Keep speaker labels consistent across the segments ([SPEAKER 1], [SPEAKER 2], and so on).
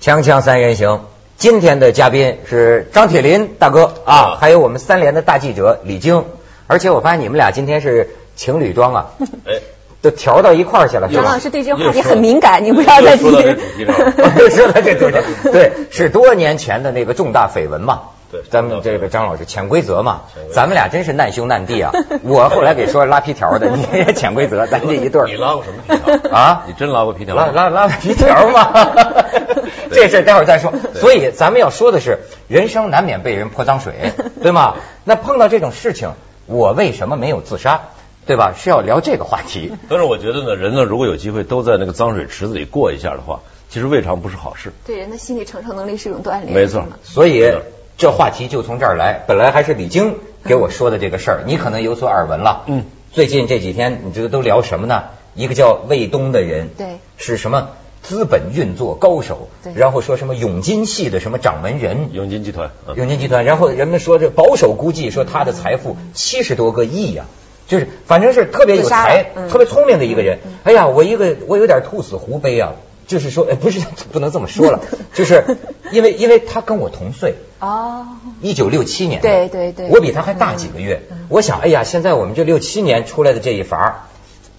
[SPEAKER 1] 锵锵三人行，今天的嘉宾是张铁林大哥啊，还有我们三联的大记者李菁，而且我发现你们俩今天是情侣装 啊，
[SPEAKER 2] 哎，
[SPEAKER 1] 都调到一块儿去了，是
[SPEAKER 2] 又
[SPEAKER 1] 吧
[SPEAKER 3] 张？老师对这个话题
[SPEAKER 2] 又说
[SPEAKER 3] 很敏感，你不知道在
[SPEAKER 2] 又说到这主题 上了
[SPEAKER 1] 是的，这对对对，是多年前的那个重大绯闻嘛。
[SPEAKER 2] 对
[SPEAKER 1] 咱们这个张老师潜规则嘛
[SPEAKER 2] 潜规，则
[SPEAKER 1] 咱们俩真是难兄难弟啊！我后来给说拉皮条的，你也潜规则，咱这一对儿
[SPEAKER 2] 你拉过什么皮条
[SPEAKER 1] 啊
[SPEAKER 2] 你真拉过皮条
[SPEAKER 1] 拉
[SPEAKER 2] 吗？。
[SPEAKER 1] 拉拉皮条嘛 这事儿待会儿再说。所以咱们要说的是，人生难免被人泼脏 水，对吗？那碰到这种事情，我为什么没有自杀？对吧？是要聊这个话题。
[SPEAKER 2] 但是我觉得呢，人呢，如果有机会都在那个脏水池子里过一下的话，其实未尝不是好事。
[SPEAKER 3] 对人的心理承受能力是一种锻
[SPEAKER 1] 嗯
[SPEAKER 3] 炼。
[SPEAKER 2] 没错，
[SPEAKER 1] 所以
[SPEAKER 2] 是的
[SPEAKER 1] 这话题就从这儿来。本来还是李菁给我说的这个事儿，你可能有所耳闻了。
[SPEAKER 2] 嗯，
[SPEAKER 1] 最近这几天你这都聊什么呢？一个叫卫东的人，
[SPEAKER 3] 对，
[SPEAKER 1] 是什么资本运作高手
[SPEAKER 3] 对，
[SPEAKER 1] 然后说什么永金系的什么掌门人，
[SPEAKER 2] 永金集团，嗯
[SPEAKER 1] 永金集团，然后人们说这保守估计说他的财富七十多个亿呀、就是反正是特别有
[SPEAKER 3] 自杀了
[SPEAKER 1] 才、
[SPEAKER 3] 嗯
[SPEAKER 1] 特别聪明的一个人。哎呀，我一个我有点兔死狐悲啊，就是说， 哎，不是不能这么 说了，就是因为因为他跟我同岁，
[SPEAKER 3] 哦，
[SPEAKER 1] 一九六七年的，
[SPEAKER 3] 对对对嗯
[SPEAKER 1] 我比他还大几个月。我想，哎呀，现在我们这六七年出来的这一伐儿，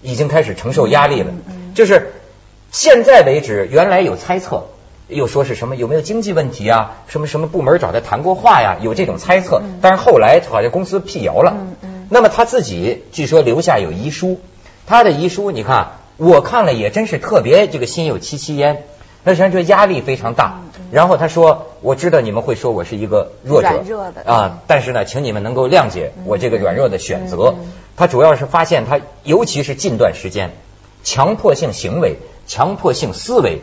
[SPEAKER 1] 已经开始承受压力了。
[SPEAKER 3] 嗯
[SPEAKER 1] 就是现在为止，原来有猜测，又说是什么有没有经济问题啊，什么什么部门找他谈过话呀，有这种猜测。但是后来好像公司辟谣了。
[SPEAKER 3] 嗯嗯
[SPEAKER 1] 那么他自己据说留下有遗书，他的遗书你看，我看了也真是特别这个心有戚戚焉。那虽然说压力非常大，
[SPEAKER 3] 嗯
[SPEAKER 1] 然后他说：“我知道你们会说我是一个弱者，
[SPEAKER 3] 软弱的嗯
[SPEAKER 1] 啊，但是呢，请你们能够谅解我这个软弱的选择。他主要是发现他，尤其是近段时间，强迫性行为、强迫性思维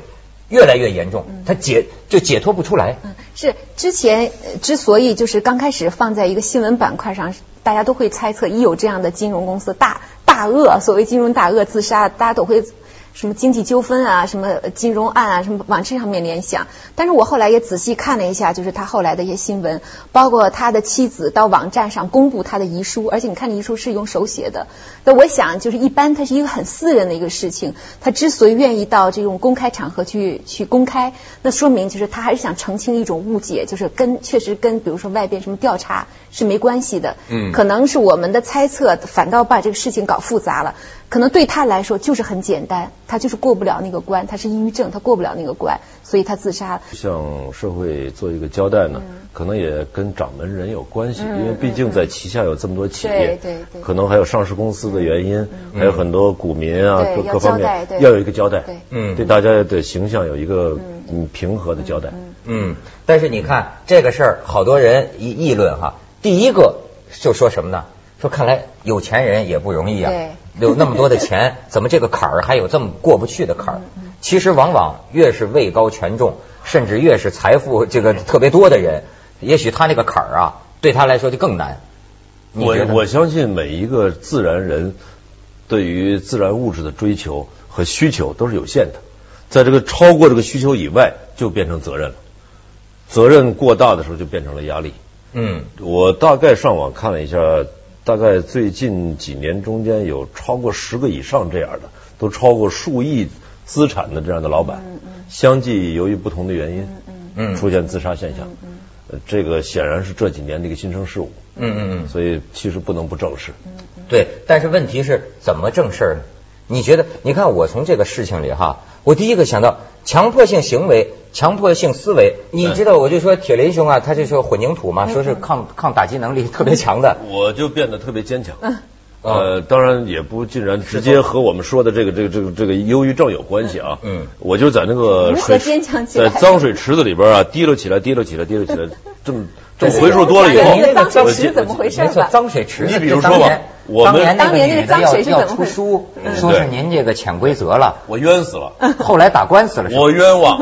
[SPEAKER 1] 越来越严重，他解就解脱不出来。
[SPEAKER 3] 嗯，是之前呃之所以就是刚开始放在一个新闻板块上，大家都会猜测，一有这样的金融公司大大鳄，所谓金融大鳄自杀，大家都会什么经济纠纷啊，什么呃金融案啊，什么往这上面联想。但是我后来也仔细看了一下，就是他后来的一些新闻，包括他的妻子到网站上公布他的遗书，而且你看这遗书是用手写的。那我想，就是一般它是一个很私人的一个事情，他之所以愿意到这种公开场合去去公开，那说明就是他还是想澄清一种误解，就是跟确实跟比如说外边什么调查是没关系的，
[SPEAKER 1] 嗯
[SPEAKER 3] 可能是我们的猜测，反倒把这个事情搞复杂了。可能对他来说就是很简单，他就是过不了那个关，他是抑郁症，他过不了那个关，所以他自杀了。
[SPEAKER 2] 向社会做一个交代呢，
[SPEAKER 1] 嗯
[SPEAKER 2] 可能也跟掌门人有关系，因为毕竟在旗下有这么多企业，
[SPEAKER 3] 对对对
[SPEAKER 2] 可能还有上市公司的原因，
[SPEAKER 1] 嗯
[SPEAKER 2] 还有很多股民啊，
[SPEAKER 3] 对
[SPEAKER 2] 各
[SPEAKER 3] 要
[SPEAKER 2] 各方
[SPEAKER 3] 交代
[SPEAKER 2] 面
[SPEAKER 3] 对
[SPEAKER 2] 要有一个交代
[SPEAKER 3] 对，
[SPEAKER 1] 嗯
[SPEAKER 2] 对大家的形象有一个嗯平和的交代。
[SPEAKER 1] 嗯，但是你看这个事儿，好多人一议论哈，第一个就说什么呢？说看来有钱人也不容易啊
[SPEAKER 3] 对，
[SPEAKER 1] 有那么多的钱，怎么这个坎儿还有这么过不去的坎儿？其实往往越是位高权重，甚至越是财富这个特别多的人，也许他那个坎儿啊，对他来说就更难。你
[SPEAKER 2] 我
[SPEAKER 1] 觉得
[SPEAKER 2] 我相信每一个自然人对于自然物质的追求和需求都是有限的，在这个超过这个需求以外，就变成责任了。责任过大的时候，就变成了压力。
[SPEAKER 1] 嗯
[SPEAKER 2] 我大概上网看了一下，大概最近几年中间有超过十个以上这样的，都超过数亿资产的这样的老板，相继由于不同的原因，
[SPEAKER 1] 嗯
[SPEAKER 2] 出现自杀现象。呃这个显然是这几年的一个新生事物，
[SPEAKER 1] 嗯嗯嗯，
[SPEAKER 2] 所以其实不能不正视。
[SPEAKER 3] 嗯
[SPEAKER 1] 对，但是问题是怎么正事儿呢？你觉得？你看我从这个事情里哈，我第一个想到强迫性行为、强迫性思维。你知道，我就说铁林兄啊，他就说混凝土嘛，说是抗抗打击能力特别强的。
[SPEAKER 2] 我就变得特别坚强。
[SPEAKER 3] 嗯
[SPEAKER 2] 呃，当然也不尽然直接和我们说的这个这个这个这个忧郁症有关系啊。
[SPEAKER 1] 嗯
[SPEAKER 2] 我就在那个
[SPEAKER 3] 如何
[SPEAKER 2] 水
[SPEAKER 3] 坚强起
[SPEAKER 2] 在
[SPEAKER 3] 来
[SPEAKER 2] 脏水池子里边啊，滴溜起来，滴溜起来，滴溜起 来，这么 这
[SPEAKER 1] 对
[SPEAKER 2] 么回数多了以后，
[SPEAKER 1] 对那个
[SPEAKER 3] 脏
[SPEAKER 2] 我
[SPEAKER 3] 水
[SPEAKER 2] 就
[SPEAKER 3] 池怎么回事
[SPEAKER 1] 没错
[SPEAKER 3] 吧，
[SPEAKER 1] 脏水池子。
[SPEAKER 2] 你比如
[SPEAKER 1] 就当
[SPEAKER 2] 说吧
[SPEAKER 1] 年
[SPEAKER 2] 我们
[SPEAKER 1] 当年那个女的
[SPEAKER 3] 当年那个脏水是
[SPEAKER 1] 要要
[SPEAKER 3] 怎么
[SPEAKER 1] 出
[SPEAKER 3] 回事
[SPEAKER 1] 书，
[SPEAKER 2] 嗯
[SPEAKER 1] 说是
[SPEAKER 2] 对
[SPEAKER 1] 您这个潜规则了，
[SPEAKER 2] 我冤死了，
[SPEAKER 3] 嗯
[SPEAKER 1] 后来打官司了是吧？
[SPEAKER 2] 我冤枉。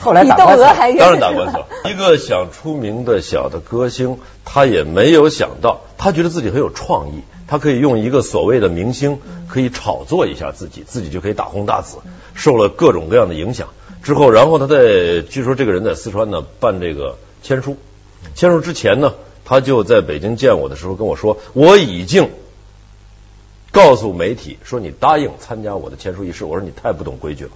[SPEAKER 1] 后来
[SPEAKER 3] 比
[SPEAKER 1] 打
[SPEAKER 3] 窦
[SPEAKER 1] 官司
[SPEAKER 3] 娥
[SPEAKER 1] 了
[SPEAKER 3] 还
[SPEAKER 2] 当然打官司了。一个想出名的小的歌星，他也没有想到，他觉得自己很有创意，他可以用一个所谓的明星，可以炒作一下自己，自己就可以大红大紫。受了各种各样的影响之后，然后他在据说这个人在四川呢办这个签书，签书之前呢，他就在北京见我的时候跟我说，我已经。告诉媒体说你答应参加我的签书仪式，我说你太不懂规矩了。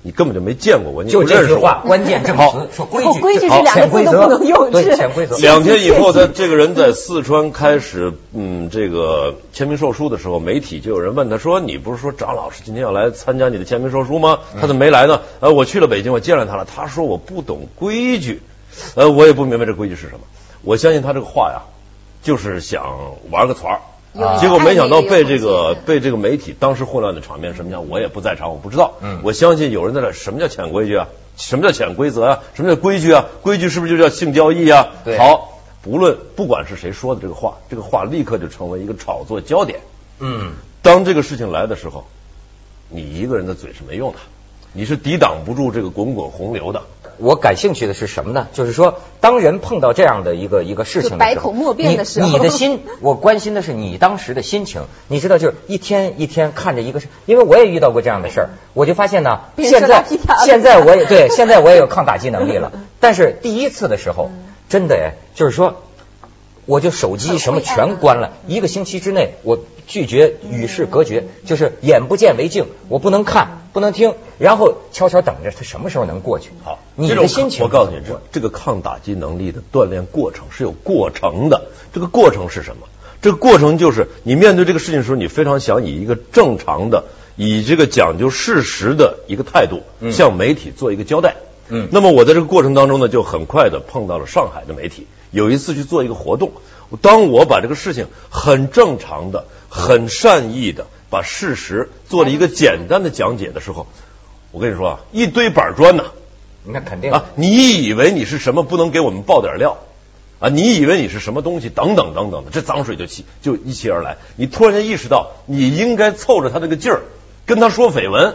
[SPEAKER 2] 你根本就没见过我，你也
[SPEAKER 1] 就
[SPEAKER 2] 不
[SPEAKER 1] 这
[SPEAKER 2] 认
[SPEAKER 1] 句
[SPEAKER 2] 识
[SPEAKER 1] 话
[SPEAKER 2] 我。
[SPEAKER 1] 关键证
[SPEAKER 2] 好
[SPEAKER 1] 词，说规
[SPEAKER 3] 哦
[SPEAKER 1] 矩，
[SPEAKER 3] 规矩
[SPEAKER 1] 好
[SPEAKER 3] 这两个
[SPEAKER 1] 潜
[SPEAKER 3] 字
[SPEAKER 1] 规
[SPEAKER 3] 都
[SPEAKER 1] 则
[SPEAKER 3] 不能用
[SPEAKER 1] 对
[SPEAKER 3] 是
[SPEAKER 1] 潜规则。
[SPEAKER 2] 两天以后，他这个人在四川开始，嗯，这个签名售书的时候，媒体就有人问他说：“你不是说张老师今天要来参加你的签名售书吗？他怎么没来呢？”呃，我去了北京，我见了他了。他说：“我不懂规矩，呃，我也不明白这规矩是什么。”我相信他这个话呀，就是想玩个团儿。
[SPEAKER 3] 有一些
[SPEAKER 2] 结果没想到
[SPEAKER 3] 暧昧
[SPEAKER 2] 被
[SPEAKER 3] 的有
[SPEAKER 2] 这
[SPEAKER 3] 空
[SPEAKER 2] 个
[SPEAKER 3] 间
[SPEAKER 2] 被这个媒体当时混乱的场面什么样，我也不在场，我不知道。
[SPEAKER 1] 嗯
[SPEAKER 2] 我相信有人在那什么叫潜规矩啊？什么叫潜规则啊？什么叫规矩啊？规矩是不是就叫性交易啊
[SPEAKER 1] 对？
[SPEAKER 2] 好，不论不管是谁说的这个话，这个话立刻就成为一个炒作焦点。
[SPEAKER 1] 嗯，
[SPEAKER 2] 当这个事情来的时候，你一个人的嘴是没用的，你是抵挡不住这个滚滚洪流的。
[SPEAKER 1] 我感兴趣的是什么呢？就是说，当人碰到这样的一个一个事情的时候，
[SPEAKER 3] 就百口莫辩的时候
[SPEAKER 1] 你你的心，我关心的是你当时的心情。你知道，就是一天一天看着一个事，因为我也遇到过这样的事儿，我就发现呢，
[SPEAKER 3] 别
[SPEAKER 1] 现
[SPEAKER 3] 人说拉
[SPEAKER 1] 在
[SPEAKER 3] 皮条
[SPEAKER 1] 现在我也对，现在我也有抗打击能力了。但是第一次的时候，真的哎，就是说。我就手机什么全关了，
[SPEAKER 3] 嗯
[SPEAKER 1] 一个星期之内我拒绝与世隔绝，就是眼不见为净，我不能看，不能听，然后悄悄等着他什么时候能过去。
[SPEAKER 2] 好，
[SPEAKER 1] 你
[SPEAKER 2] 这种
[SPEAKER 1] 的心情，
[SPEAKER 2] 我告诉你，这这个抗打击能力的锻炼过程是有过程的。这个过程是什么？这个过程就是你面对这个事情的时候，你非常想以一个正常的、以这个讲究事实的一个态度，
[SPEAKER 1] 嗯
[SPEAKER 2] 向媒体做一个交代。
[SPEAKER 1] 嗯
[SPEAKER 2] 那么我在这个过程当中呢，就很快的碰到了上海的媒体。有一次去做一个活动，当我把这个事情很正常的、很善意的把事实做了一个简单的讲解的时候，我跟你说啊，一堆板砖呐、
[SPEAKER 1] 那肯定
[SPEAKER 2] 啊，你以为你是什么？不能给我们爆点料啊？你以为你是什么东西？等等等等的，这脏水就起就一起而来。你突然间意识到，你应该凑着他这个劲儿跟他说绯闻，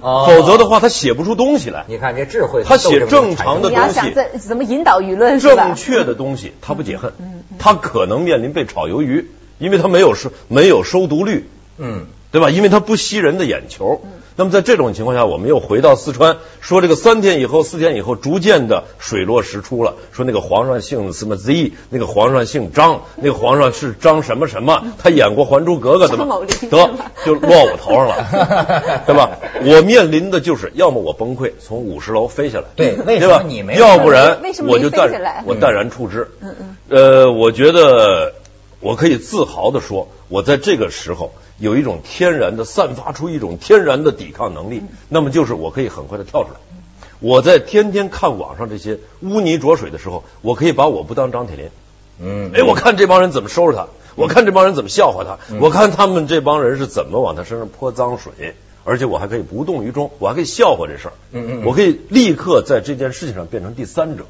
[SPEAKER 1] 哦
[SPEAKER 2] 否则的话他写不出东西来。
[SPEAKER 1] 你看这智慧，
[SPEAKER 2] 他写正常的
[SPEAKER 3] 你要
[SPEAKER 2] 东西
[SPEAKER 3] 想怎怎么引导舆论是吧
[SPEAKER 2] 正？确的东西他不解恨，他可能面临被炒鱿鱼，因为他没有收没有收读率。
[SPEAKER 1] 嗯，
[SPEAKER 2] 对吧？因为它不吸人的眼球。
[SPEAKER 3] 嗯
[SPEAKER 2] 那么在这种情况下，我们又回到四川，说这个三天以后、四天以后，逐渐的水落石出了。说那个皇上姓什么 Z，那个皇上姓张，那个皇上是张什么什么，他演过《还珠格格》的
[SPEAKER 3] 张
[SPEAKER 2] 嘛
[SPEAKER 3] 某龄，
[SPEAKER 2] 得就落我头上 了，对吧？我面临的就是，要么我崩溃，从五十楼飞下来，
[SPEAKER 1] 对为什
[SPEAKER 2] 吧
[SPEAKER 1] 么你没
[SPEAKER 2] 要不然
[SPEAKER 3] 为什么
[SPEAKER 2] 我
[SPEAKER 3] 没
[SPEAKER 2] 就
[SPEAKER 3] 飞下
[SPEAKER 2] 淡
[SPEAKER 3] 来
[SPEAKER 2] 我淡然处之。
[SPEAKER 3] 嗯嗯
[SPEAKER 2] 呃，我觉得我可以自豪的说，我在这个时候有一种天然的散发出一种天然的抵抗能
[SPEAKER 3] 嗯
[SPEAKER 2] 力，那么就是我可以很快的跳出来。我在天天看网上这些污泥浊水的时候，我可以把我不当张铁林，
[SPEAKER 1] 嗯，
[SPEAKER 2] 哎，我看这帮人怎么收拾他，我看这帮人怎么笑话他，我看他们这帮人是怎么往他身上泼脏水，而且我还可以无动于衷，我还可以笑话这事儿，
[SPEAKER 1] 嗯嗯嗯
[SPEAKER 2] 我可以立刻在这件事情上变成第三者，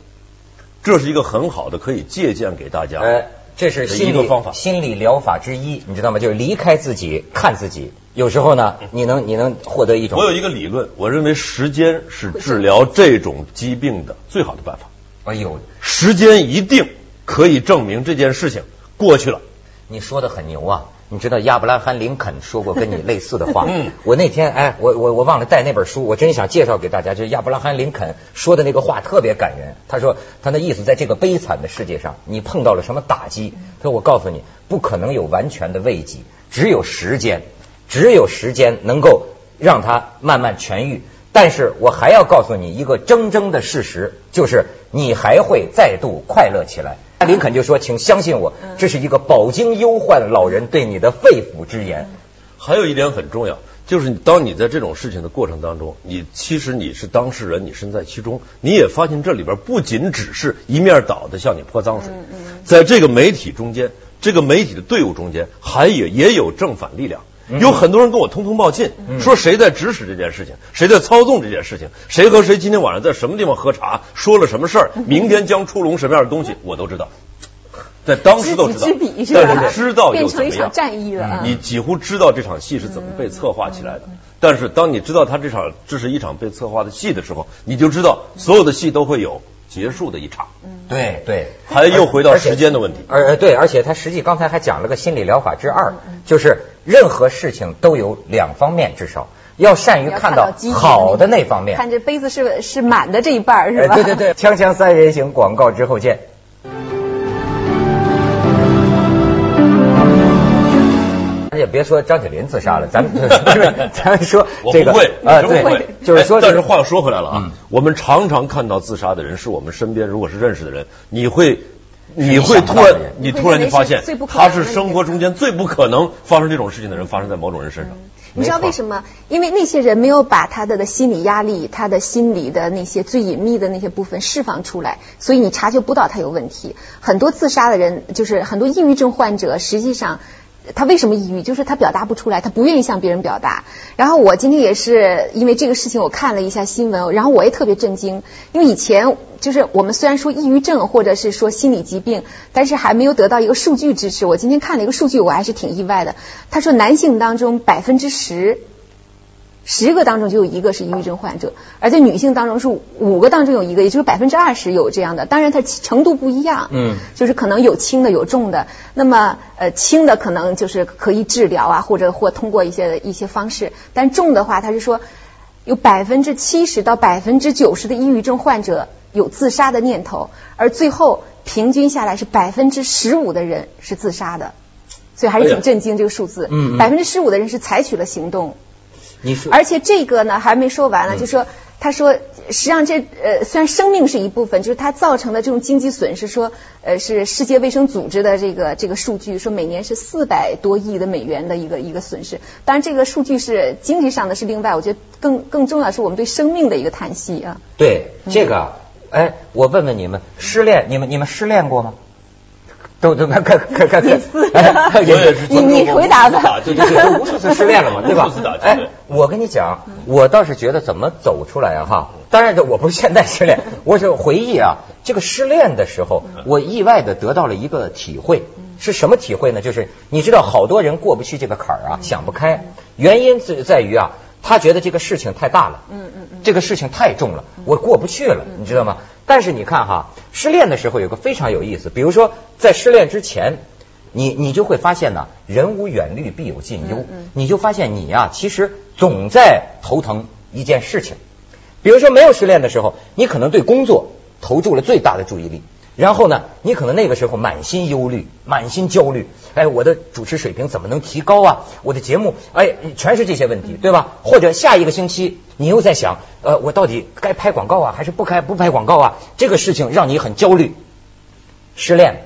[SPEAKER 2] 这是一个很好的可以借鉴给大家。
[SPEAKER 1] 呃，这是心
[SPEAKER 2] 一
[SPEAKER 1] 理
[SPEAKER 2] 个方法
[SPEAKER 1] 心理疗法之一，你知道吗？就是离开自己，看自己。有时候呢，你能你能获得一种
[SPEAKER 2] 嗯我有一个理论，我认为时间是治疗这种疾病的最好的办法，
[SPEAKER 1] 哎呦，
[SPEAKER 2] 时间一定可以证明这件事情过去了。
[SPEAKER 1] 你说的很牛啊！你知道亚伯拉罕·林肯说过 跟你类似的话。
[SPEAKER 2] 嗯
[SPEAKER 1] 我那天哎，我我我忘了带那本书，我真想介绍给大家，就是亚伯拉罕·林肯说的那个话特别感人。他说他那意思，在这个悲惨的世界上，你碰到了什么打击？他说我告诉你，不可能有完全的慰藉，只有时间，只有时间能够让他慢慢痊愈。但是我还要告诉你一个铮铮的事实，就是你还会再度快乐起来。林肯就说：“请相信我，这是一个饱经忧患老人对你的肺腑之言。
[SPEAKER 2] 还有一点很重要，就是你当你在这种事情的过程当中，你其实你是当事人，你身在其中，你也发现这里边不仅只是一面倒的向你泼脏水，
[SPEAKER 3] 嗯
[SPEAKER 2] 在这个媒体中间，这个媒体的队伍中间，还有也有正反力量。有很多人跟我通风报信，说谁在指使这件事情，谁在操纵这件事情，谁和谁今天晚上在什么地方喝茶，说了什么事 儿，明天将出笼什么样的东西，我都知道，在当时都知道
[SPEAKER 3] 哦知己知彼，是吧？
[SPEAKER 2] 但是知道又
[SPEAKER 3] 变
[SPEAKER 2] 怎么
[SPEAKER 3] 成一
[SPEAKER 2] 样？
[SPEAKER 3] 场战役了啊！
[SPEAKER 2] 你几乎知道这场戏是怎么被策划起来的。但是当你知道它这场这是一场被策划的戏的时候，你就知道所有的戏都会有结束的一场。
[SPEAKER 1] 对对，
[SPEAKER 2] 还又回到
[SPEAKER 1] 而且
[SPEAKER 2] 时间的问题。
[SPEAKER 1] 而呃对，而且他实际刚才还讲了个心理疗法之二，
[SPEAKER 3] 嗯
[SPEAKER 1] 就是任何事情都有两方面，至少要善于
[SPEAKER 3] 要
[SPEAKER 1] 看
[SPEAKER 3] 看
[SPEAKER 1] 到
[SPEAKER 3] 积极
[SPEAKER 1] 好的那方面。哎
[SPEAKER 3] 看这杯子是是满的这一半儿是吧？
[SPEAKER 1] 对对对，锵锵三人行广告之后见。也别说张铁林自杀了，咱们 咱们说
[SPEAKER 2] 我
[SPEAKER 1] 这个
[SPEAKER 2] 不会，
[SPEAKER 1] 啊，
[SPEAKER 2] 我真不
[SPEAKER 1] 对
[SPEAKER 2] 会，，
[SPEAKER 1] 就是说
[SPEAKER 2] 哎
[SPEAKER 1] 这
[SPEAKER 2] 但是
[SPEAKER 1] 个
[SPEAKER 2] 话说回来了啊，
[SPEAKER 1] 嗯
[SPEAKER 2] 我们常常看到自杀的人，是我们身边如果是认识的人，你会。你
[SPEAKER 1] 你
[SPEAKER 2] 会
[SPEAKER 1] 想不
[SPEAKER 2] 突
[SPEAKER 1] 到的
[SPEAKER 2] 然
[SPEAKER 1] 人，
[SPEAKER 2] 你突然就发现
[SPEAKER 3] 会认为是最不，可
[SPEAKER 2] 他
[SPEAKER 3] 能的
[SPEAKER 2] 是生活中间最不可能发生这种事情的人，发生在某种人身上。
[SPEAKER 3] 你知道为什么？因为那些人没有把他的的心理压力、他的心理的那些最隐秘的那些部分释放出来，所以你察觉不到他有问题。很多自杀的人，就是很多抑郁症患者，实际上。他为什么抑郁？就是他表达不出来，他不愿意向别人表达。然后我今天也是因为这个事情，我看了一下新闻，然后我也特别震惊，因为以前就是我们虽然说抑郁症或者是说心理疾病，但是还没有得到一个数据支持。我今天看了一个数据，我还是挺意外的。他说男性当中百分之十，十个当中就有一个是抑郁症患者，而在女性当中是五个当中有一个，也就是百分之二十有这样的。当然它程度不一样，
[SPEAKER 1] 嗯，
[SPEAKER 3] 就是可能有轻的有重的。那么呃轻的可能就是可以治疗啊，或者或通过一些一些方式，但重的话他是说。有百分之七十到百分之九十的抑郁症患者有自杀的念头，而最后平均下来是百分之十五的人是自杀的，所以还是
[SPEAKER 2] 哎呀
[SPEAKER 3] 挺震惊这个数字。
[SPEAKER 1] 嗯嗯
[SPEAKER 3] 百分之十五的人是采取了行动，
[SPEAKER 1] 你说
[SPEAKER 3] 而且这个呢还没说
[SPEAKER 1] 嗯
[SPEAKER 3] 完呢，就说他说，实际上这呃虽然生命是一部分，就是它造成的这种经济损失说，呃是世界卫生组织的这个这个数据说每年是四百多亿的美元的一个一个损失。当然这个数据是经济上的是另外，我觉得更更重要的是我们对生命的一个叹息啊。
[SPEAKER 1] 对这个啊，哎，我问问你们，失恋，你们你们失恋过吗？都都看看看看，哎 也
[SPEAKER 3] 是
[SPEAKER 2] 我也是
[SPEAKER 3] 你你回答吧
[SPEAKER 2] 对对
[SPEAKER 1] 对
[SPEAKER 2] 对，
[SPEAKER 1] 对，无数次失恋了嘛，对吧
[SPEAKER 2] 无数次打？击
[SPEAKER 1] 哎，我跟你讲，我倒是觉得怎么走出来啊哈。当然，这我不是现在失恋，我是回忆啊。这个失恋的时候，我意外的得到了一个体会，是什么体会呢？就是你知道，好多人过不去这个坎儿啊，想不开，原因在在于啊，他觉得这个事情太大了，
[SPEAKER 3] 嗯嗯嗯
[SPEAKER 1] 这个事情太重了，我过不去了，你知道吗？但是你看哈，失恋的时候有个非常有意思，比如说在失恋之前，你你就会发现呢，人无远虑，必有近忧，
[SPEAKER 3] 嗯嗯
[SPEAKER 1] 你就发现你呀、其实总在头疼一件事情。比如说没有失恋的时候，你可能对工作投注了最大的注意力，然后呢，你可能那个时候满心忧虑，满心焦虑，哎，我的主持水平怎么能提高啊？我的节目，哎，全是这些问
[SPEAKER 3] 嗯
[SPEAKER 1] 题，对吧？或者下一个星期你又在想，呃，我到底该拍广告啊，还是不该不拍广告啊？这个事情让你很焦虑，失恋，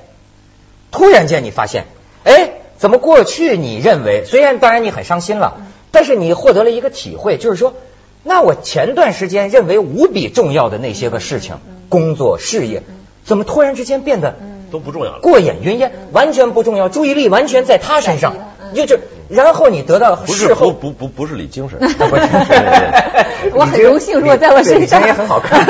[SPEAKER 1] 突然间你发现，哎，怎么过去你认为，虽然当然你很伤心了，但是你获得了一个体会，就是说，那我前段时间认为无比重要的那些个事情，工作、事业，怎么突然之间变得
[SPEAKER 2] 都不重要了。
[SPEAKER 1] 过眼云烟，完全不重要，注意力完全在他身上
[SPEAKER 3] 转移了，嗯
[SPEAKER 1] 就就然后你得到
[SPEAKER 2] 不是
[SPEAKER 1] 事
[SPEAKER 2] 不
[SPEAKER 1] 后。
[SPEAKER 2] 不不不是理精神，
[SPEAKER 1] 不是
[SPEAKER 3] 我很荣幸如果在我身上
[SPEAKER 1] 你这个你这个也很好 看。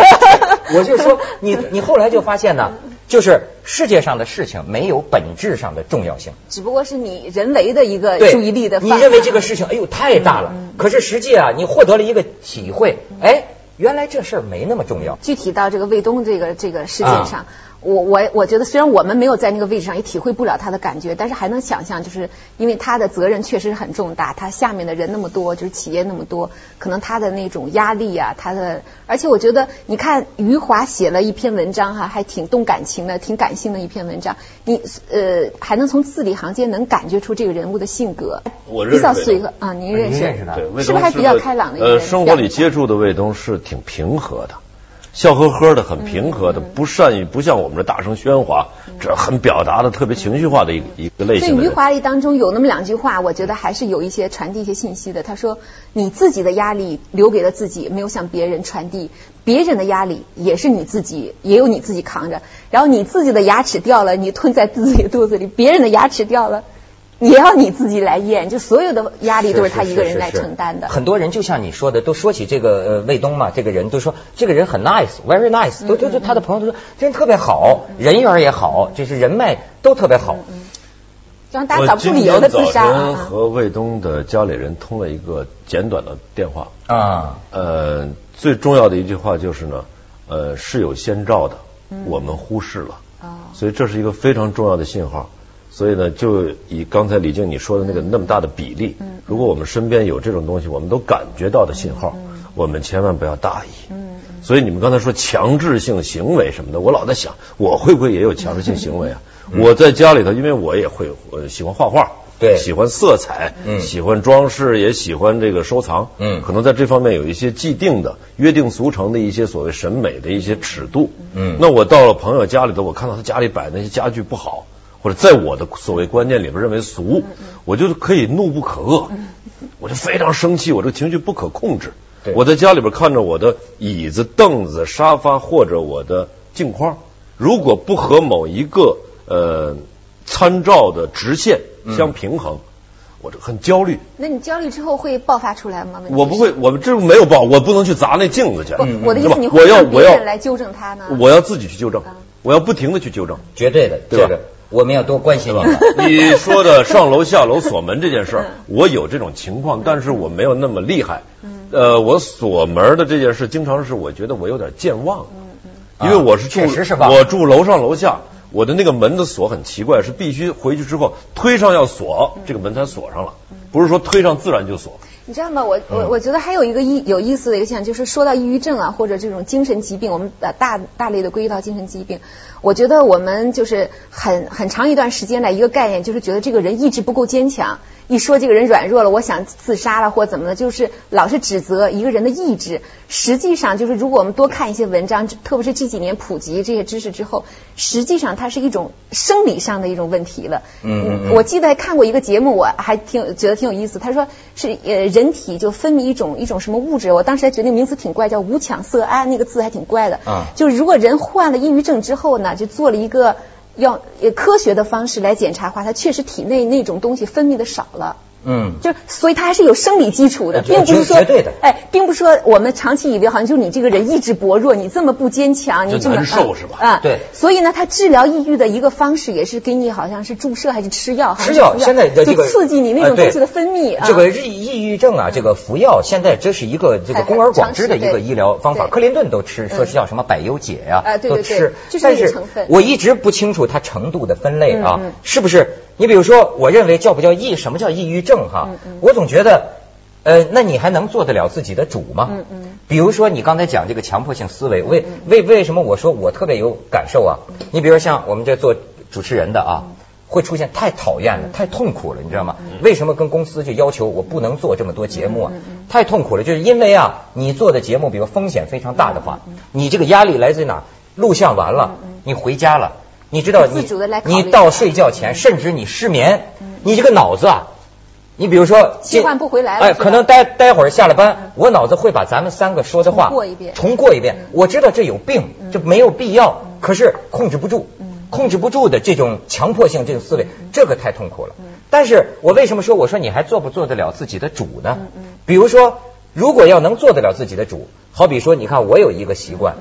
[SPEAKER 1] 我就说你，你后来就发现呢，就是世界上的事情没有本质上的重要性。
[SPEAKER 3] 只不过是你人为的一个
[SPEAKER 1] 对，
[SPEAKER 3] 注意力的放嗯
[SPEAKER 1] 你
[SPEAKER 3] 大。
[SPEAKER 1] 认为这个事情，哎呦太大了，可是实际啊，你获得了一个体会，
[SPEAKER 3] 嗯
[SPEAKER 1] 哎，原来这事儿没那么重要。
[SPEAKER 3] 具体到这个卫东这个这个事件上，
[SPEAKER 1] 啊
[SPEAKER 3] 我我我觉得虽然我们没有在那个位置上，也体会不了他的感觉，但是还能想象，就是因为他的责任确实很重大，他下面的人那么多，就是企业那么多，可能他的那种压力啊，他的，而且我觉得你看余华写了一篇文章哈、还挺动感情的，挺感性的一篇文章，你呃还能从字里行间能感觉出这个人物的性格，
[SPEAKER 2] 我认
[SPEAKER 3] 比
[SPEAKER 2] 识
[SPEAKER 3] 较
[SPEAKER 2] 魏
[SPEAKER 3] 随
[SPEAKER 2] 东
[SPEAKER 3] 和啊，您认识
[SPEAKER 1] 您认识他
[SPEAKER 2] 对，卫东
[SPEAKER 3] 是不是还比较
[SPEAKER 2] 个
[SPEAKER 3] 开朗的一个
[SPEAKER 2] 呃，
[SPEAKER 3] 人
[SPEAKER 2] 生
[SPEAKER 3] 比
[SPEAKER 2] 活
[SPEAKER 3] 较
[SPEAKER 2] 里接触的卫东是挺平和的，笑呵呵的，很平和
[SPEAKER 3] 嗯
[SPEAKER 2] 的，不善于不像我们这大声喧哗，这很表达的特别情绪化的一个一个类
[SPEAKER 3] 所
[SPEAKER 2] 型
[SPEAKER 3] 以
[SPEAKER 2] 的
[SPEAKER 3] 余
[SPEAKER 2] 人。
[SPEAKER 3] 华里当中有那么两句话，我觉得还是有一些传递一些信息的。他说：“你自己的压力留给了自己，没有向别人传递；别人的压力也是你自己，也有你自己扛着。然后你自己的牙齿掉了，你吞在自己的肚子里；别人的牙齿掉了，也要你自己来咽。就所有的压力都是他一个人来承担的。
[SPEAKER 1] 很多人就像你说的，都说起这个呃卫东嘛，这个人都说这个人很 nice，very nice，都都
[SPEAKER 3] 嗯
[SPEAKER 1] 都他的朋友都说这人特别好，人缘也好，就是人脉都特别好。
[SPEAKER 3] 嗯让大家
[SPEAKER 2] 我
[SPEAKER 3] 找不出
[SPEAKER 2] 呃今
[SPEAKER 3] 理由的
[SPEAKER 2] 天
[SPEAKER 3] 自
[SPEAKER 2] 早
[SPEAKER 3] 杀
[SPEAKER 2] 晨
[SPEAKER 3] 啊！
[SPEAKER 2] 和卫东的家里人通了一个简短的电话，
[SPEAKER 3] 嗯
[SPEAKER 1] 啊，
[SPEAKER 2] 呃，最重要的一句话就是呢，呃，是有先兆的，
[SPEAKER 3] 嗯
[SPEAKER 2] 我们忽视了。
[SPEAKER 3] 啊
[SPEAKER 2] 所以这是一个非常重要的信号。所以呢，就以刚才李静你说的那个那么大的比例，如果我们身边有这种东西，我们都感觉到的信号，我们千万不要大意。
[SPEAKER 3] 嗯
[SPEAKER 1] 嗯
[SPEAKER 2] 所以你们刚才说强制性行为什么的，我老在想，我会不会也有强制性行为啊？我在家里头，因为我也会呃喜欢画画，
[SPEAKER 1] 嗯对
[SPEAKER 2] 喜欢色彩，
[SPEAKER 1] 嗯
[SPEAKER 2] 喜欢装饰，也喜欢这个收藏，
[SPEAKER 1] 嗯
[SPEAKER 2] 可能在这方面有一些既定的、约定俗成的一些所谓审美的一些尺度，
[SPEAKER 1] 嗯
[SPEAKER 2] 那我到了朋友家里头，我看到他家里摆那些家具不好。或者在我的所谓观念里边认为
[SPEAKER 3] 嗯
[SPEAKER 2] 俗，我就可以怒不可遏，我就非常生气，我这个情绪不可控制。
[SPEAKER 1] 对
[SPEAKER 2] 我在家里边看着我的椅子、凳子、沙发或者我的镜框，如果不和某一个呃参照的直线相平衡，我这很焦虑。
[SPEAKER 3] 那你焦虑之后会爆发出来吗？
[SPEAKER 2] 我不会，我这没有报，我不能去砸那镜子去。
[SPEAKER 3] 不我的意
[SPEAKER 2] 是
[SPEAKER 3] 思，
[SPEAKER 2] 吧
[SPEAKER 3] 你
[SPEAKER 2] 我
[SPEAKER 3] 会
[SPEAKER 2] 要
[SPEAKER 3] 让
[SPEAKER 2] 我
[SPEAKER 3] 别人
[SPEAKER 2] 要
[SPEAKER 3] 来纠正他呢？
[SPEAKER 2] 我要自己去纠正
[SPEAKER 3] 啊，
[SPEAKER 2] 我要不停的去纠正。
[SPEAKER 1] 绝对的，
[SPEAKER 2] 对吧
[SPEAKER 1] 这个我们要多关心你们。
[SPEAKER 2] 你说的上楼下楼锁门这件事儿，
[SPEAKER 1] 嗯
[SPEAKER 2] 我有这种情况，但是我没有那么厉害。
[SPEAKER 1] 嗯
[SPEAKER 2] 呃，我锁门的这件事，经常是我觉得我有点健忘，
[SPEAKER 3] 嗯
[SPEAKER 2] 因为我是住
[SPEAKER 1] 啊嗯确实是忘了
[SPEAKER 2] 我住楼上楼下，我的那个门的锁很奇怪，是必须回去之后推上要锁，这个门才锁上了，
[SPEAKER 1] 嗯
[SPEAKER 2] 不是说推上自然就锁。
[SPEAKER 3] 你知道吗？我我我觉得还有一个意有意思的一个现象，就是说到抑郁症啊，或者这种精神疾病，我们把大大类的归到精神疾病。我觉得我们就是很很长一段时间的一个概念，就是觉得这个人意志不够坚强。一说这个人软弱了，我想自杀了或怎么的，就是老是指责一个人的意志。实际上，就是如果我们多看一些文章，特别是这几年普及这些知识之后，实际上它是一种生理上的一种问题了。
[SPEAKER 1] 嗯嗯嗯
[SPEAKER 3] 我记得还看过一个节目，我还挺觉得挺有意思。他说是呃，人体就分泌一种一种什么物质，我当时还觉得那名词挺怪，叫无羟色胺，那个字还挺怪的。
[SPEAKER 1] 啊
[SPEAKER 3] 就是如果人患了抑郁症之后呢，就做了一个要呃科学的方式来检查的话，他确实体内那种东西分泌的少了。
[SPEAKER 1] 嗯，
[SPEAKER 3] 就所以它还是有生理基础的，
[SPEAKER 1] 呃绝
[SPEAKER 3] 并不是说
[SPEAKER 1] 绝对的
[SPEAKER 3] 哎，并不是说我们长期以为好像就是你这个人意志薄弱，你这么不坚强，你
[SPEAKER 2] 就
[SPEAKER 3] 这么
[SPEAKER 2] 难受
[SPEAKER 3] 啊
[SPEAKER 2] 是吧
[SPEAKER 3] 啊，
[SPEAKER 1] 对
[SPEAKER 3] 所以呢，它治疗抑郁的一个方式也是给你好像是注射还是吃药，好像是
[SPEAKER 1] 吃药现在的这
[SPEAKER 3] 就
[SPEAKER 1] 个
[SPEAKER 3] 刺激你那
[SPEAKER 1] 呃
[SPEAKER 3] 种
[SPEAKER 1] 对
[SPEAKER 3] 东西的分泌啊。
[SPEAKER 1] 这个抑抑郁症啊，这个服药现在这是一个这个公而广之的一个医疗方法，
[SPEAKER 3] 哎对嗯
[SPEAKER 1] 克林顿都吃，说是叫什么百忧解呀、
[SPEAKER 3] 啊对对
[SPEAKER 1] 都吃
[SPEAKER 3] 对就是。那
[SPEAKER 1] 但
[SPEAKER 3] 个
[SPEAKER 1] 是
[SPEAKER 3] 成分
[SPEAKER 1] 我一直不清楚它程度的分类啊，
[SPEAKER 3] 嗯嗯
[SPEAKER 1] 是不是？你比如说，我认为叫不叫抑，什么叫抑郁症哈、
[SPEAKER 3] 嗯嗯
[SPEAKER 1] 我总觉得，呃，那你还能做得了自己的主吗？
[SPEAKER 3] 嗯嗯
[SPEAKER 1] 比如说你刚才讲这个强迫性思维，为为为什么我说我特别有感受啊？
[SPEAKER 3] 嗯
[SPEAKER 1] 你比如像我们这做主持人的啊，会出现太讨厌了，
[SPEAKER 3] 嗯
[SPEAKER 1] 太痛苦了，你知道吗？为什么跟公司就要求我不能做这么多节目啊？
[SPEAKER 3] 嗯
[SPEAKER 1] 太痛苦了，就是因为啊，你做的节目比如风险非常大的
[SPEAKER 3] 嗯
[SPEAKER 1] 话，你这个压力来自于哪？录像完了，你回家了，你知道
[SPEAKER 3] 自
[SPEAKER 1] 你
[SPEAKER 3] 主地来考虑嗯
[SPEAKER 1] 你到睡觉前，甚至你失眠，你这个脑子啊。你比如说，
[SPEAKER 3] 切换不回来了
[SPEAKER 1] 哎，
[SPEAKER 3] 是吧
[SPEAKER 1] 可能待待会儿下了班，我脑子会把咱们三个说的话
[SPEAKER 3] 重过一遍嗯
[SPEAKER 1] 重过一遍。我知道这有病，这没有必要，可是控制不住，
[SPEAKER 3] 嗯
[SPEAKER 1] 控制不住的这种强迫性这种思维，这个太痛苦
[SPEAKER 3] 嗯
[SPEAKER 1] 了。但是我为什么说我说你还做不做得了自己的主呢？
[SPEAKER 3] 嗯
[SPEAKER 1] 比如说，如果要能做得了自己的主，好比说，你看我有一个习
[SPEAKER 3] 嗯
[SPEAKER 1] 惯，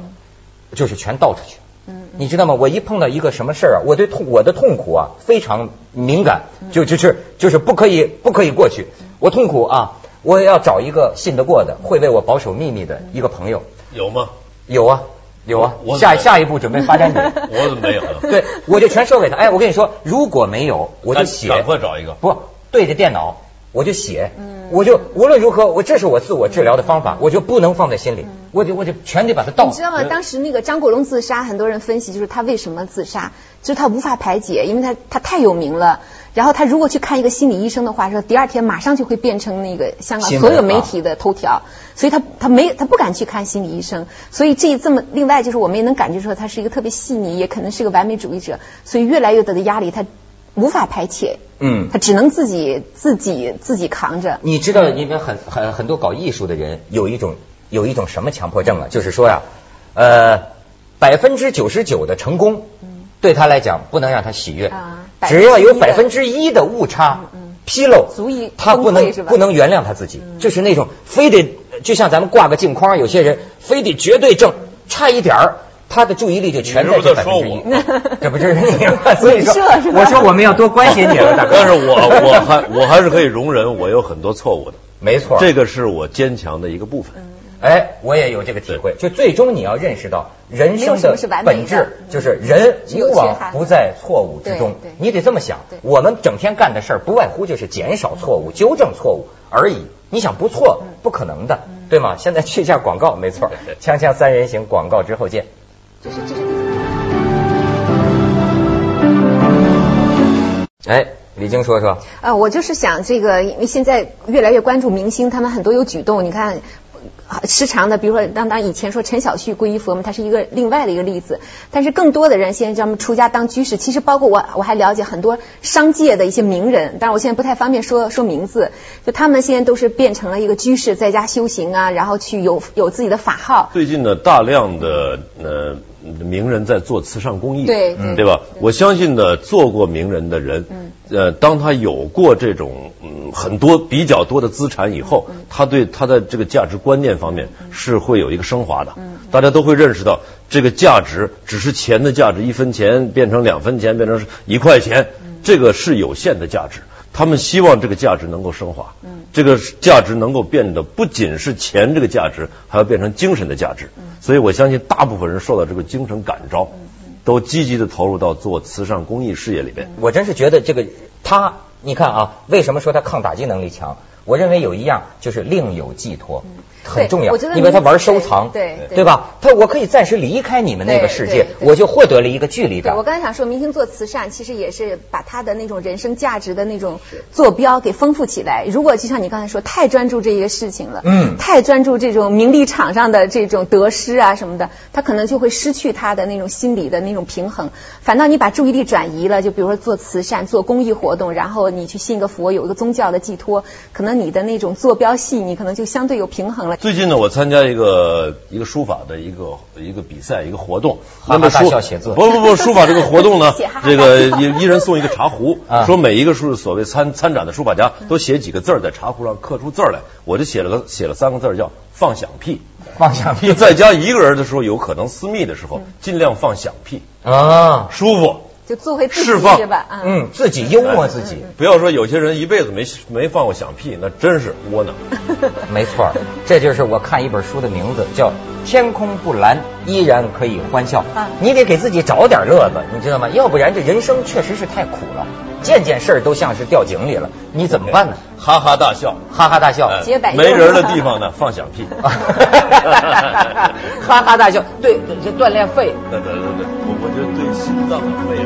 [SPEAKER 1] 就是全倒出去。嗯你知道吗？我一碰到一个什么事儿啊，我对痛我的痛苦啊非常敏感，
[SPEAKER 3] 嗯
[SPEAKER 1] 就就是就是不可以不可以过去。我痛苦啊，我要找一个信得过的、会为我保守秘密的一个朋友。
[SPEAKER 2] 有吗？
[SPEAKER 1] 有啊，有啊
[SPEAKER 2] 我，
[SPEAKER 1] 下
[SPEAKER 2] 怎么
[SPEAKER 1] 下一步准备发展
[SPEAKER 2] 我
[SPEAKER 1] 你。
[SPEAKER 2] 怎么没有呢？
[SPEAKER 1] 对，我就全说给他。哎，我跟你说，如果没有，我就
[SPEAKER 2] 赶
[SPEAKER 1] 写。
[SPEAKER 2] 赶快找一个
[SPEAKER 1] 不对着电脑，我就写。
[SPEAKER 3] 嗯
[SPEAKER 1] 我就无论如何，我这是我自我治疗的方法，我就不能放在心里，我就我就全得把它倒
[SPEAKER 3] 嗯你。知道吗？当时那个张国荣自杀，很多人分析就是他为什么自杀，就是他无法排解，因为他他太有名了。然后他如果去看一个心理医生的话，说第二天马上就会变成那个香港
[SPEAKER 1] 新闻
[SPEAKER 3] 所有媒体的头条，所以他他没他不敢去看心理医生。所以这这么另外就是我们也能感觉出来他是一个特别细腻，也可能是个完美主义者，所以越来越多的压力他无法排解，
[SPEAKER 1] 嗯
[SPEAKER 3] 他只能自己自己自己扛着。
[SPEAKER 1] 你知道，你们很很很多搞艺术的人有一种有一种什么强迫症啊？就是说呀、呃，百分之九十九的成功，对他来讲不能让他喜悦，
[SPEAKER 3] 嗯啊
[SPEAKER 1] 只要有百分
[SPEAKER 3] 1%
[SPEAKER 1] 之一的误差
[SPEAKER 3] 嗯嗯
[SPEAKER 1] 纰漏，
[SPEAKER 3] 足以
[SPEAKER 1] 他不
[SPEAKER 3] 崩
[SPEAKER 1] 能
[SPEAKER 3] 溃是吧嗯
[SPEAKER 1] 不能原谅他自己，就是那种非得就像咱们挂个镜框，有些人非得绝对正，差一点儿。他的注意力就全在这
[SPEAKER 2] 你
[SPEAKER 1] 百
[SPEAKER 2] 是
[SPEAKER 1] 分之
[SPEAKER 2] 不是
[SPEAKER 1] 一
[SPEAKER 2] 在
[SPEAKER 3] 说我，
[SPEAKER 1] 这不就是你吗？所以说
[SPEAKER 3] 影射是，吧
[SPEAKER 1] 我说我们要多关心你了，大哥。
[SPEAKER 2] 但是我我还我还是可以容忍我有很多错误的，
[SPEAKER 1] 没错，
[SPEAKER 2] 这个是我坚强的一个部分。
[SPEAKER 3] 嗯
[SPEAKER 1] 哎，我也有这个体会，就最终你要认识到人生
[SPEAKER 3] 没有什
[SPEAKER 1] 的
[SPEAKER 3] 么是完美的嗯
[SPEAKER 1] 本质，就是人无往不在错误之中
[SPEAKER 3] 对对。
[SPEAKER 1] 你得这么想
[SPEAKER 3] 对，
[SPEAKER 1] 我们整天干的事儿不外乎就是减少错误、纠正错误而已。你想不
[SPEAKER 3] 嗯
[SPEAKER 1] 错，不可能的，对吗？现在去一下广告，没 错，锵锵三人行广告之后见。
[SPEAKER 3] 这是这是。
[SPEAKER 1] 哎，李菁说说，
[SPEAKER 3] 呃，我就是想这个，因为现在越来越关注明星，他们很多有举动，你看。啊时常的，比如说，当当以前说陈小旭皈依佛门，他是一个另外的一个例子。但是更多的人现在叫他们出家当居士，其实包括我，我还了解很多商界的一些名人，但是我现在不太方便说说名字。就他们现在都是变成了一个居士，在家修行啊，然后去有有自己的法号。
[SPEAKER 2] 最近呢，大量的呃名人在做慈善公益，
[SPEAKER 3] 对
[SPEAKER 2] 嗯
[SPEAKER 3] 对
[SPEAKER 2] 对吧？我相信呢，做过名人的人，呃，当他有过这种嗯很多比较多的资产以后，他对他的这个价值观念方面是会有一个升华的。大家都会认识到，这个价值只是钱的价值，一分钱变成两分钱，变成一块钱，这个是有限的价值。他们希望这个价值能够升华，这个价值能够变得不仅是钱这个价值，还要变成精神的价值。所以我相信大部分人受到这个精神感召，都积极的投入到做慈善公益事业里边。
[SPEAKER 1] 我真是觉得这个他，你看啊，为什么说他抗打击能力强？我认为有一样就是另有寄托，很重要
[SPEAKER 3] 嗯我觉得。
[SPEAKER 1] 因为他玩
[SPEAKER 3] 你
[SPEAKER 1] 收藏，
[SPEAKER 3] 对对
[SPEAKER 1] 对吧？他我可以暂时离开你们那个
[SPEAKER 3] 对
[SPEAKER 1] 世界，
[SPEAKER 3] 对对
[SPEAKER 1] 我就获得了一个距离
[SPEAKER 3] 对，
[SPEAKER 1] 感
[SPEAKER 3] 我。刚才想说，明星做慈善其实也是把他的那种人生价值的那种坐标给丰富起来。如果就像你刚才说，太专注这一个事情了，
[SPEAKER 1] 嗯
[SPEAKER 3] 太专注这种名利场上的这种得失啊什么的，他可能就会失去他的那种心理的那种平衡。反倒你把注意力转移了，就比如说做慈善、做公益活动，然后你去信个佛，有一个宗教的寄托，可能你的那种坐标系，你可能就相对有平衡了。
[SPEAKER 2] 最近呢，我参加一个一个书法的一个一个比赛，一个活动。
[SPEAKER 1] 哈哈
[SPEAKER 2] 那么
[SPEAKER 1] 大
[SPEAKER 2] 书
[SPEAKER 1] 笑写作
[SPEAKER 2] 不不不，书法这个活动呢
[SPEAKER 3] 写哈哈，
[SPEAKER 2] 这个一一人送一个茶壶
[SPEAKER 1] 啊，
[SPEAKER 2] 说每一个书所谓参参展的书法家都写几个字儿在茶壶上刻出字儿来。我就写了个写了三个字儿叫放响 屁。
[SPEAKER 1] 妄想
[SPEAKER 2] 就
[SPEAKER 1] 力
[SPEAKER 2] 在家一个人的时候，有可能私密的时候，尽量放响屁，
[SPEAKER 1] 啊，
[SPEAKER 2] 舒服。
[SPEAKER 3] 就做回自己
[SPEAKER 2] 释放
[SPEAKER 3] 是吧？啊，
[SPEAKER 1] 嗯，自己幽默自己，
[SPEAKER 2] 不要说有些人一辈子没没放过响屁，那真是窝囊。
[SPEAKER 1] 没错儿。这就是我看一本书的名字叫《天空不蓝，依然可以欢笑》
[SPEAKER 3] 啊。
[SPEAKER 1] 你得给自己找点乐子，你知道吗？要不然这人生确实是太苦了，件件事儿都像是掉井里了，你怎么办呢？
[SPEAKER 2] 哈哈大笑，
[SPEAKER 1] 哈哈大笑。
[SPEAKER 2] 哎
[SPEAKER 3] 结百
[SPEAKER 2] 没人的地方呢，放响屁。
[SPEAKER 1] 哈哈大笑，对，这锻炼肺。
[SPEAKER 2] 对对对对，我我觉得对心脏的肺是。